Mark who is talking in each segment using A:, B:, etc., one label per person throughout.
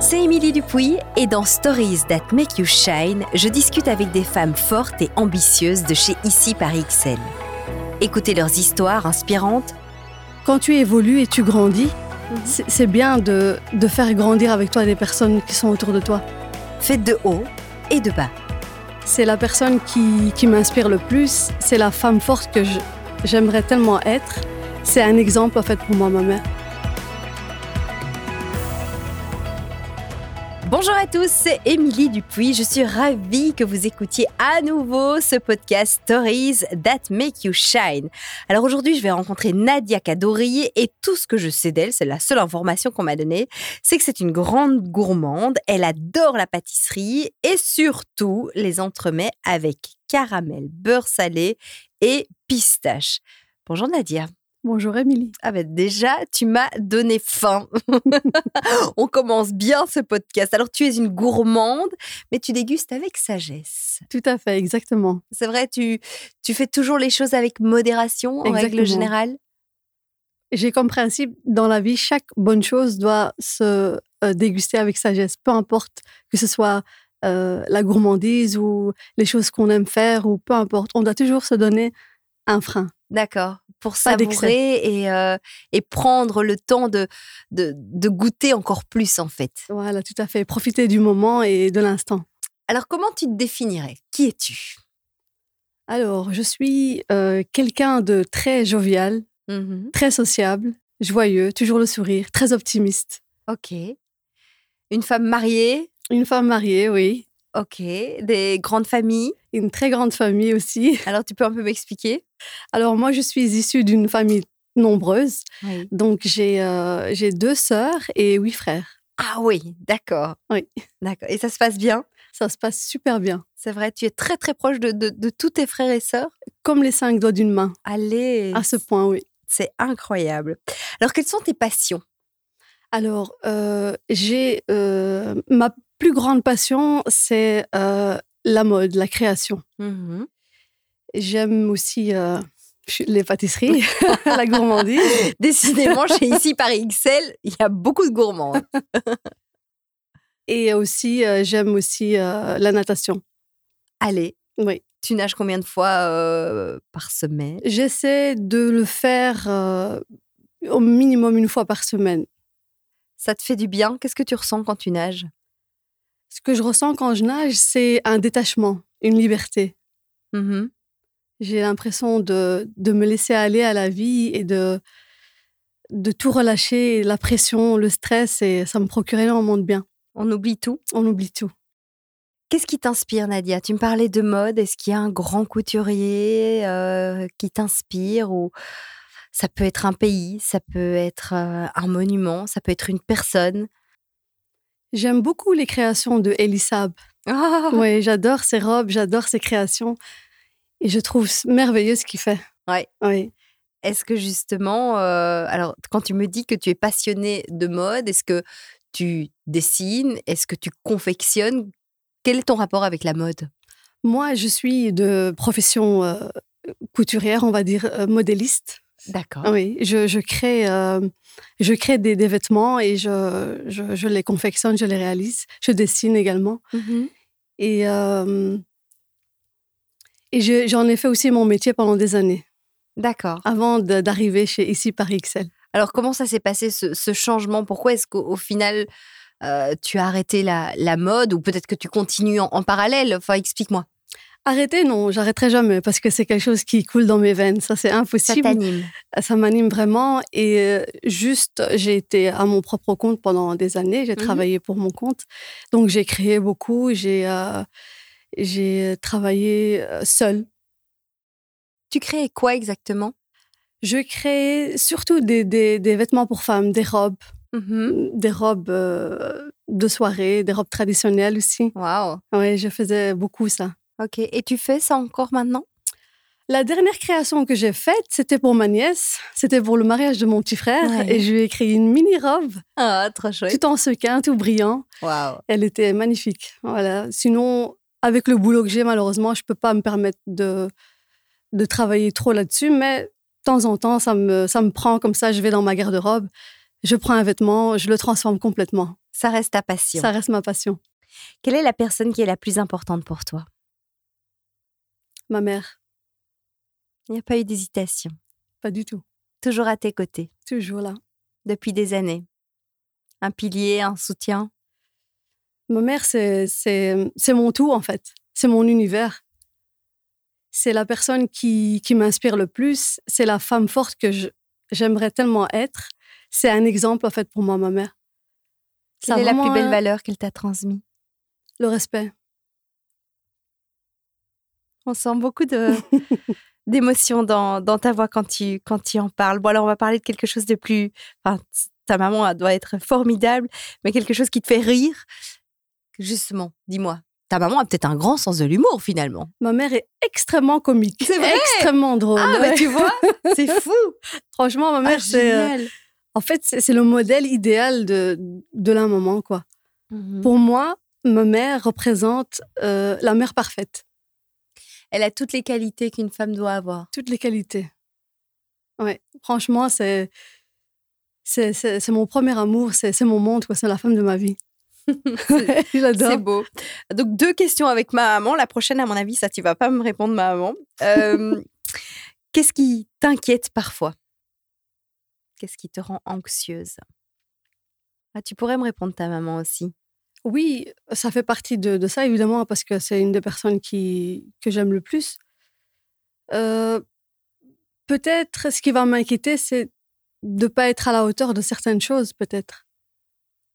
A: c'est Émilie Dupuis et dans Stories That Make You Shine, je discute avec des femmes fortes et ambitieuses de chez Ici Paris XL. Écoutez leurs histoires inspirantes,
B: Quand tu évolues et tu grandis, c'est c'est bien de, de faire grandir avec toi des personnes qui sont autour de toi.
A: faites de haut et de bas.
B: C'est la personne qui, qui m'inspire le plus, c'est la femme forte que je- j'aimerais tellement être. C'est un exemple en fait pour moi, ma mère.
A: Bonjour à tous, c'est Émilie Dupuis. Je suis ravie que vous écoutiez à nouveau ce podcast Stories That Make You Shine. Alors aujourd'hui, je vais rencontrer Nadia Kadori et tout ce que je sais d'elle, c'est la seule information qu'on m'a donnée, c'est que c'est une grande gourmande. Elle adore la pâtisserie et surtout les entremets avec caramel, beurre salé et pistache. Bonjour Nadia.
B: Bonjour Émilie.
A: Ah ben déjà, tu m'as donné faim. On commence bien ce podcast. Alors tu es une gourmande, mais tu dégustes avec sagesse.
B: Tout à fait, exactement.
A: C'est vrai, tu, tu fais toujours les choses avec modération en règle
B: Exactement.
A: générale.
B: J'ai comme principe dans la vie, chaque bonne chose doit se euh, déguster avec sagesse, peu importe que ce soit euh, la gourmandise ou les choses qu'on aime faire ou peu importe. On doit toujours se donner un frein.
A: D'accord. Pour
B: Pas d'excès.
A: savourer et, euh, et prendre le temps de, de, de goûter encore plus en fait.
B: Voilà, tout à fait. Profiter du moment et de l'instant.
A: Alors comment tu te définirais Qui es-tu
B: Alors, je suis euh, quelqu'un de très jovial,
A: Mhm.
B: très sociable, joyeux, toujours le sourire, très optimiste.
A: Ok. Une femme mariée
B: Une femme mariée, oui.
A: Ok. Des grandes familles
B: Une très grande famille aussi.
A: Alors tu peux un peu m'expliquer
B: Alors, moi, je suis issue d'une famille nombreuse.
A: Oui.
B: Donc, j'ai euh, j'ai deux sœurs et huit frères.
A: Ah oui, d'accord.
B: Oui.
A: D'accord. Et ça se passe bien
B: Ça se passe super bien.
A: C'est vrai, tu es très très proche de, de- de tous tes frères et sœurs.
B: Comme les cinq doigts d'une main.
A: Allez,
B: À ce point, oui.
A: c'est incroyable. Alors, quelles sont tes passions
B: Alors, euh, j'ai. euh, ma plus grande passion, c'est euh, la mode, la création. J'aime aussi euh, les pâtisseries, la gourmandise.
A: Décidément, chez Ici Paris XL, il y a beaucoup de gourmands.
B: Et aussi, euh, j'aime aussi euh, la natation.
A: Allez,
B: Oui.
A: tu nages combien de fois euh, par semaine
B: J'essaie de le faire euh, au minimum une fois par semaine.
A: Ça te fait du bien Qu'est-ce que tu ressens quand tu nages
B: Ce que je ressens quand je nage, c'est un détachement, une liberté.
A: Mhm.
B: J'ai l'impression de, de me laisser aller à la vie et de, de tout relâcher, la pression, le stress, et ça me procure énormément de bien.
A: On oublie tout.
B: On oublie tout.
A: Qu'est-ce qui t'inspire, Nadia Tu me parlais de mode. Est-ce qu'il y a un grand couturier euh, qui t'inspire ou ça peut être un pays, ça peut être euh, un monument, ça peut être une personne.
B: J'aime beaucoup les créations de Elisab.
A: Ah
B: Oui, j'adore ses robes, j'adore ses créations. Et je trouve s- merveilleux ce qu'il fait.
A: Ouais.
B: Oui.
A: Est-ce que justement, euh, alors quand tu me dis que tu es passionnée de mode, est-ce que tu dessines, est-ce que tu confectionnes Quel est ton rapport avec la mode
B: Moi, je suis de profession euh, couturière, on va dire euh, modéliste.
A: D'accord.
B: Oui, je, je crée, euh, je crée des, des vêtements et je, je, je les confectionne, je les réalise. Je dessine également.
A: Mhm.
B: Et, euh, et je- j'en ai fait aussi mon métier pendant des années,
A: D'accord.
B: avant de- d'arriver chez ici Paris XL.
A: Alors, comment ça s'est passé ce, ce changement Pourquoi est-ce qu'au au final, euh, tu as arrêté la, la mode ou peut-être que tu continues en, en parallèle Enfin, explique-moi.
B: Arrêter, non, j'arrêterai jamais parce que c'est quelque chose qui coule dans mes veines. Ça, c'est
A: Ça
B: impossible.
A: t'anime.
B: Ça m'anime vraiment et euh, juste, j'ai été à mon propre compte pendant des années, j'ai
A: Mhm.
B: travaillé pour mon compte. Donc j'ai créé beaucoup, j'ai euh, j'ai travaillé euh, seule.
A: Tu créais quoi exactement
B: Je créais surtout des, des- des vêtements pour femmes, des robes,
A: Mhm.
B: des robes euh, de soirée, des robes traditionnelles aussi.
A: Waouh.
B: Oui, je faisais beaucoup ça.
A: Ok. Et tu fais ça encore maintenant
B: La dernière création que j'ai faite, c'était pour ma nièce, c'était pour le mariage de mon petit frère
A: Ouais.
B: et je lui ai créé une mini robe,
A: Ah, trop chouette.
B: tout en sequin, tout brillant.
A: Waouh.
B: Elle était magnifique. Voilà. Sinon, avec le boulot que j'ai, malheureusement, je ne peux pas me permettre de, de travailler trop là-dessus, mais de temps en temps, ça me, ça me prend comme ça. Je vais dans ma garde-robe, je prends un vêtement, je le transforme complètement.
A: Ça reste ta passion.
B: Ça reste ma passion.
A: Quelle est la personne qui est la plus importante pour toi
B: Ma mère,
A: Il n'y a pas eu d'hésitation.
B: pas du tout.
A: Toujours à tes côtés,
B: Toujours là.
A: depuis des années. Un pilier, un soutien.
B: Ma mère, c'est- c'est c'est mon tout, en fait. C'est mon univers. C'est la personne qui, qui m'inspire le plus. C'est la femme forte que je- j'aimerais tellement être. C'est un exemple, en fait, pour moi, ma mère. Ça
A: Quelle est la
B: vraiment
A: plus belle
B: un-
A: valeur qu'elle t'a transmise
B: Le respect.
A: On sent beaucoup de d'émotion dans, dans ta voix quand tu, quand tu en parles. Bon, alors on va parler de quelque chose de plus... Enfin, t- ta maman elle doit être formidable, mais quelque chose qui te fait rire. Justement, dis-moi. Ta maman a peut-être un grand sens de l'humour, finalement.
B: Ma mère est extrêmement comique.
A: C'est vrai
B: Extrêmement drôle.
A: Ah,
B: ouais.
A: bah, tu vois, c'est fou
B: Franchement, ma
A: Ah,
B: mère, c'est... euh,
A: génial.
B: En fait, c'est c'est le modèle idéal de, de la maman, quoi.
A: Mhm.
B: Pour moi, ma mère représente euh, la mère parfaite.
A: Elle a toutes les qualités qu'une femme doit avoir.
B: Toutes les qualités. Ouais, franchement, c'est. C'est, c'est- c'est mon premier amour, c'est, c'est mon monde, quoi. c'est la femme de ma vie. Je
A: C'est
B: l'adore.
A: beau. Donc, deux questions avec ma maman. La prochaine, à mon avis, ça, tu vas pas me répondre, ma maman. Euh, Qu'est-ce qui t'inquiète parfois Qu'est-ce qui te rend anxieuse ah, Tu pourrais me répondre, ta maman aussi.
B: Oui, ça fait partie de, de ça, évidemment, parce que c'est une des personnes qui, que j'aime le plus. Euh, peut-être ce qui va m'inquiéter, c'est de ne pas être à la hauteur de certaines choses, peut-être.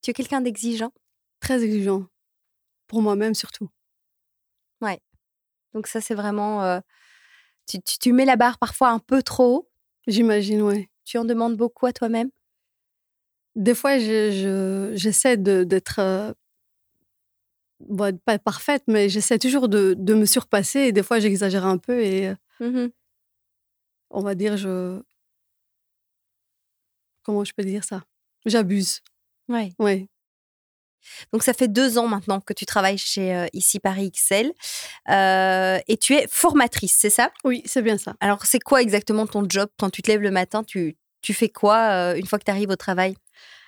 A: Tu es quelqu'un d'exigeant.
B: Très exigeant. Pour moi-même, surtout.
A: Donc, ça, c'est vraiment. euh, tu, tu- tu mets la barre parfois un peu trop haut.
B: J'imagine, ouais.
A: Tu en demandes beaucoup à toi-même.
B: des fois, je- je- j'essaie de- d'être, euh, bon, pas parfaite, mais j'essaie toujours de, de me surpasser. Et des fois, j'exagère un peu et euh, on va dire, je. Comment je peux dire ça J'abuse.
A: Ouais.
B: Oui,
A: Donc ça fait deux ans maintenant que tu travailles chez euh, ici Paris XL Euh, et tu es formatrice, c'est ça
B: oui c'est bien ça.
A: Alors c'est quoi exactement ton job quand tu te lèves le matin Tu tu fais quoi euh, une fois que tu arrives au travail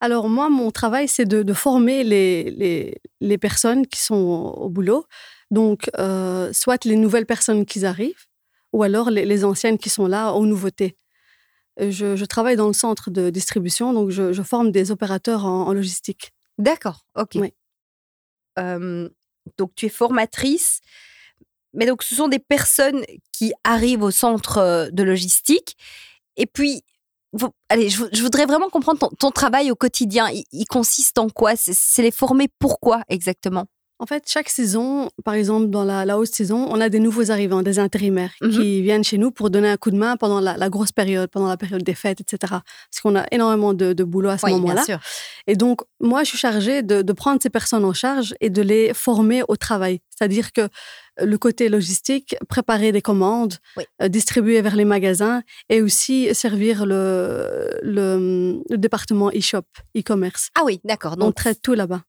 B: Alors moi, mon travail, c'est de, de former les, les, les personnes qui sont au boulot. Donc, euh, soit les nouvelles personnes qui arrivent, ou alors les, les anciennes qui sont là aux nouveautés. Euh, Je, je travaille dans le centre de distribution, donc je, je forme des opérateurs en, en logistique.
A: D'accord, ok.
B: Oui.
A: Euh, donc tu es formatrice, mais donc ce sont des personnes qui arrivent au centre euh, de logistique et puis. vous- Allez, je, vou- je voudrais vraiment comprendre ton, ton travail au quotidien. Il, il consiste en quoi C'est- C'est les former pourquoi exactement
B: En fait, chaque saison, par exemple dans la, la haute saison, on a des nouveaux arrivants, des intérimaires
A: Mhm.
B: qui viennent chez nous pour donner un coup de main pendant la, la grosse période, pendant la période des fêtes, etc. Parce qu'on a énormément de, de boulot à ce moment-là.
A: sûr.
B: Et donc, moi, je suis chargée de, de prendre ces personnes en charge et de les former au travail. C'est-à-dire que euh, le côté logistique, préparer des commandes,
A: Oui.
B: euh, distribuer vers les magasins et aussi servir le, le, le département e-shop, e-commerce.
A: Ah oui, d'accord.
B: On
A: Donc,
B: traite tout là-bas.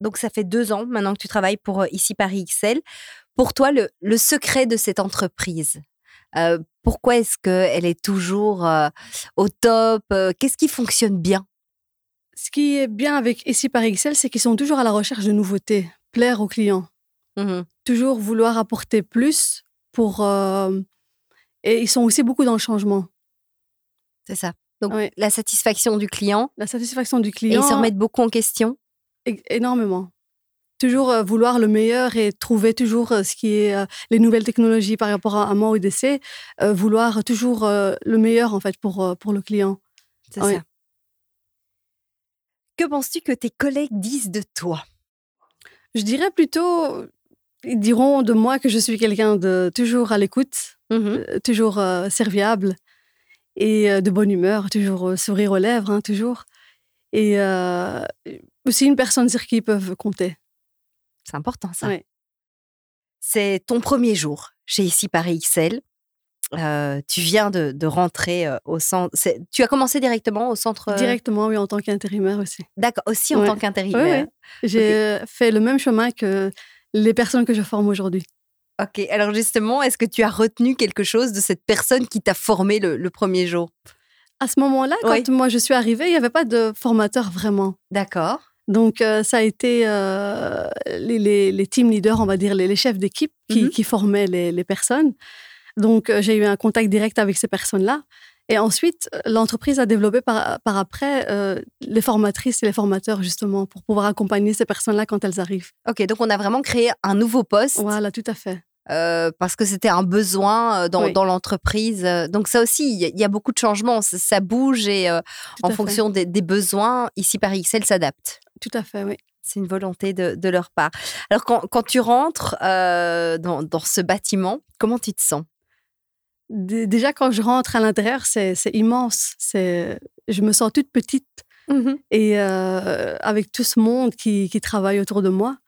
A: donc ça fait deux ans maintenant que tu travailles pour euh, Ici Paris XL. Pour toi, le, le secret de cette entreprise, euh, pourquoi est-ce qu'elle est toujours euh, au top euh, Qu'est-ce qui fonctionne bien
B: Ce qui est bien avec ici par Excel, c'est qu'ils sont toujours à la recherche de nouveautés, plaire aux clients.
A: Mmh
B: toujours vouloir apporter plus pour... euh, et ils sont aussi beaucoup dans le changement.
A: C'est ça. Donc
B: Ouais.
A: la satisfaction du client,
B: La satisfaction du
A: et
B: client...
A: ils se remettent beaucoup en question.
B: É- énormément. Toujours euh, vouloir le meilleur et trouver toujours euh, ce qui est euh, les nouvelles technologies par rapport à, à moi au décès, euh, vouloir toujours euh, le meilleur en fait pour, euh, pour le client.
A: C'est
B: Ouais.
A: ça. Que penses-tu que tes collègues disent de toi
B: Je dirais plutôt, ils diront de moi que je suis quelqu'un de toujours à l'écoute, euh, toujours euh, serviable et euh, de bonne humeur, toujours euh, sourire aux lèvres, hein, toujours. Et euh, aussi une personne sur qui ils peuvent compter.
A: C'est important ça.
B: Ouais.
A: C'est ton premier jour chez Ici Paris XL. Euh, tu viens de, de rentrer euh, au centre. c'est- Tu as commencé directement au centre. euh,
B: Directement, oui, en tant qu'intérimaire aussi.
A: D'accord, aussi en
B: Ouais.
A: tant qu'intérimaire.
B: J'ai fait le même chemin que les personnes que je forme aujourd'hui.
A: Ok, alors justement, est-ce que tu as retenu quelque chose de cette personne qui t'a formé le, le premier jour
B: À ce moment-là, quand
A: Oui.
B: moi je suis arrivée, il n'y avait pas de formateur vraiment.
A: D'accord.
B: Donc, euh, ça a été euh, les, les, les team leaders, on va dire, les, les chefs d'équipe qui,
A: Mhm.
B: qui formaient les, les personnes. Donc, euh, j'ai eu un contact direct avec ces personnes-là. Et ensuite, euh, l'entreprise a développé par, par après euh, les formatrices et les formateurs, justement, pour pouvoir accompagner ces personnes-là quand elles arrivent.
A: Ok, donc on a vraiment créé un nouveau poste
B: Voilà, tout à fait.
A: euh, parce que c'était un besoin euh, dans,
B: Oui.
A: dans l'entreprise. Euh, Donc ça aussi, il y a- il y, a beaucoup de changements, ça, ça bouge et euh,
B: Tout à
A: en
B: fait.
A: fonction des, des besoins, ici Paris XL s'adapte.
B: Tout à fait, oui.
A: C'est une volonté de, de leur part. Alors quand, quand tu rentres euh, dans, dans ce bâtiment, comment tu te sens
B: Dé- Déjà, quand je rentre à l'intérieur, c'est c'est immense. C'est- Je me sens toute petite. et euh, avec tout ce monde qui, qui travaille autour de moi,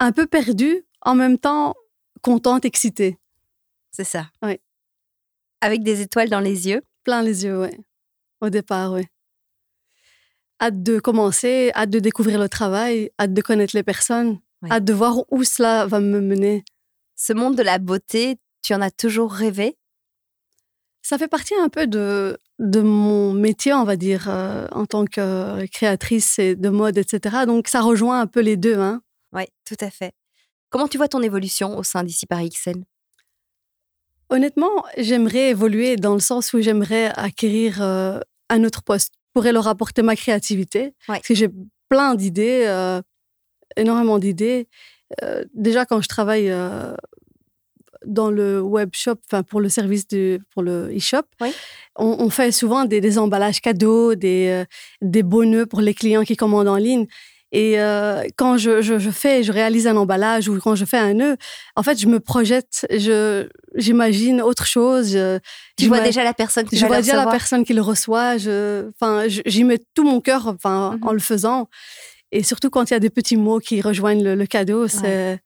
B: un peu perdue, en même temps contente, excitée,
A: C'est ça.
B: Oui.
A: Avec des étoiles dans les yeux.
B: plein les yeux, ouais. Au départ, oui. Hâte de commencer, hâte de découvrir le travail, hâte de connaître les personnes,
A: Ouais.
B: hâte de voir où cela va me mener.
A: Ce monde de la beauté, tu en as toujours rêvé
B: Ça fait partie un peu de, de mon métier, on va dire, euh, en tant que euh, créatrice et de mode, etc. Donc ça rejoint un peu les deux, hein.
A: Oui, tout à fait. Comment tu vois ton évolution au sein d'ici Paris XL
B: Honnêtement, j'aimerais évoluer dans le sens où j'aimerais acquérir euh, un autre poste. Je pourrais leur apporter ma créativité.
A: Ouais.
B: Parce que j'ai plein d'idées, euh, énormément d'idées. Euh, déjà, quand je travaille euh, dans le web shop, enfin pour le service du, pour le e-shop,
A: Ouais.
B: on, on fait souvent des, des emballages cadeaux, des, euh, des bonnets pour les clients qui commandent en ligne. Et euh, quand je, je, je fais, je réalise un emballage ou quand je fais un nœud, en fait, je me projette, je, j'imagine autre chose. euh, je-
A: Tu vois
B: j'ima-
A: déjà la personne que
B: je
A: tu vas
B: vois
A: le
B: déjà la
A: recevoir
B: personne qui le reçoit. Je, enfin, je- j'y mets tout mon cœur, enfin,
A: Mhm.
B: en le faisant. Et surtout quand il y a des petits mots qui rejoignent le, le cadeau, c'est.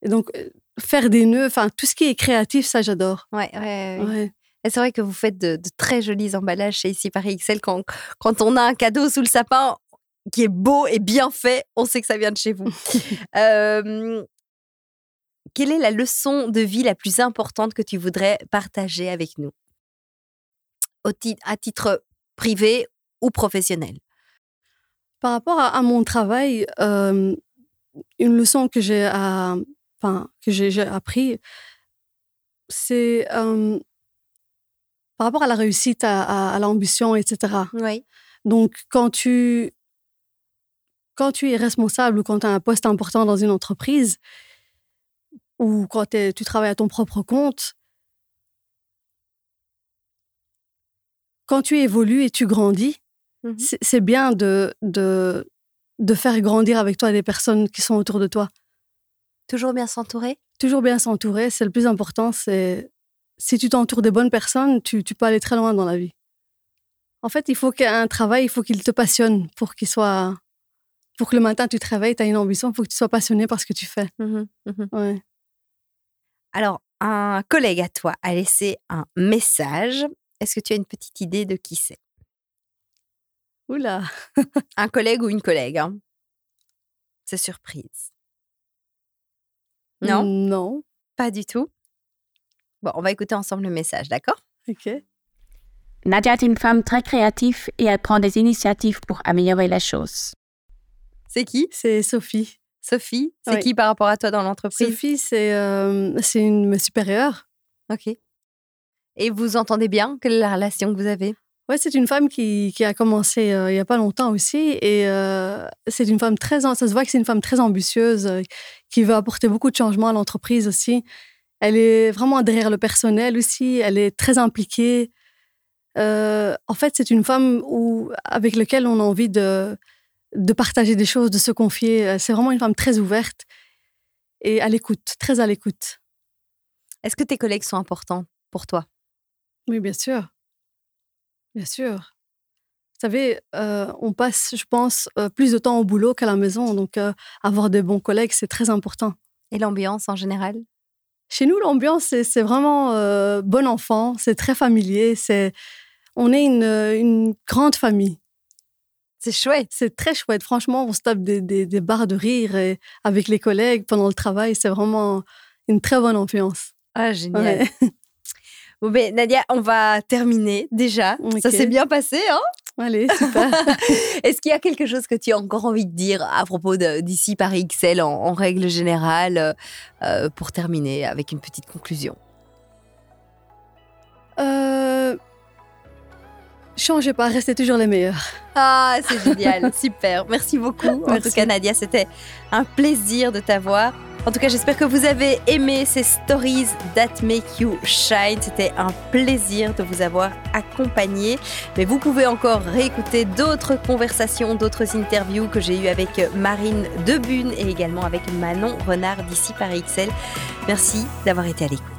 B: Et donc euh, faire des nœuds, enfin tout ce qui est créatif, ça j'adore.
A: Ouais, ouais, ouais, ouais.
B: Ouais.
A: Et C'est vrai que vous faites de, de très jolis emballages chez Ici Paris XL. Quand, quand on a un cadeau sous le sapin qui est beau et bien fait, on sait que ça vient de chez vous. Euh, quelle est la leçon de vie la plus importante que tu voudrais partager avec nous Au ti- À titre privé ou professionnel
B: Par rapport à, à mon travail, euh, une leçon que j'ai à- enfin que j'ai, j'ai appris, c'est euh, par rapport à la réussite, à, à- à l'ambition, etc.
A: Oui.
B: Donc, quand tu, quand tu es responsable ou quand tu as un poste important dans une entreprise ou quand t'es- tu travailles à ton propre compte, quand tu évolues et tu grandis,
A: Mhm.
B: c'est- c'est bien de, de, de faire grandir avec toi les personnes qui sont autour de toi.
A: Toujours bien s'entourer
B: Toujours bien s'entourer, c'est le plus important. C'est si tu t'entoures des bonnes personnes, tu, tu peux aller très loin dans la vie. En fait, il faut qu'un travail, il faut qu'il te passionne pour qu'il soit, pour que le matin tu te réveilles, tu as une ambition, il faut que tu sois passionné par ce que tu fais.
A: Mmh
B: Ouais.
A: Alors, un collègue à toi a laissé un message. Est-ce que tu as une petite idée de qui c'est
B: Oula.
A: Un collègue ou une collègue hein C'est surprise.
B: Mmh.
A: Non,
B: Non.
A: pas du tout. Bon, on va écouter ensemble le message, d'accord
B: Ok.
C: Nadia est une femme très créative et elle prend des initiatives pour améliorer les choses.
A: C'est qui
B: C'est Sophie.
A: Sophie C'est
B: Oui.
A: qui par rapport à toi dans l'entreprise
B: Sophie, c'est euh, c'est une mes supérieures.
A: Ok. Et vous entendez bien Quelle est la relation que vous avez
B: Ouais, c'est une femme qui, qui a commencé euh, il y a pas longtemps aussi. Et euh, c'est une femme très. Ça se voit que c'est une femme très ambitieuse euh, qui veut apporter beaucoup de changements à l'entreprise aussi. Elle est vraiment derrière le personnel aussi. Elle est très impliquée. Euh, en fait, c'est une femme où, avec laquelle on a envie de, de partager des choses, de se confier. Euh, C'est vraiment une femme très ouverte et à l'écoute, très à l'écoute.
A: Est-ce que tes collègues sont importants pour toi
B: Oui, bien sûr. Bien sûr. Vous savez, euh, on passe, je pense, euh, plus de temps au boulot qu'à la maison. Donc, euh, avoir des bons collègues, c'est très important.
A: Et l'ambiance en général
B: Chez nous, l'ambiance, c'est c'est vraiment euh, bon enfant, c'est très familier. C'est, on est une, euh, une grande famille.
A: C'est chouette.
B: C'est très chouette. Franchement, on se tape des, des, des barres de rire et avec les collègues pendant le travail. C'est vraiment une très bonne ambiance.
A: Ah,
B: Ouais.
A: génial. Bon, ben, Nadia, on va terminer déjà. Ça
B: Ok.
A: s'est bien passé, hein
B: Allez, super.
A: Est-ce qu'il y a quelque chose que tu as encore envie de dire à propos de- d'ici Paris XL en, en règle générale euh, euh, pour terminer avec une petite conclusion
B: Euh, changez pas, restez toujours les meilleurs.
A: Ah, c'est génial, super. Merci beaucoup. En
B: Merci.
A: tout cas, Nadia, c'était un plaisir de t'avoir. En tout cas, j'espère que vous avez aimé ces stories that make you shine. C'était un plaisir de vous avoir accompagné. Mais vous pouvez encore réécouter d'autres conversations, d'autres interviews que j'ai eues avec Marine Debune et également avec Manon Renard d'ici Paris XL. Merci d'avoir été à l'écoute.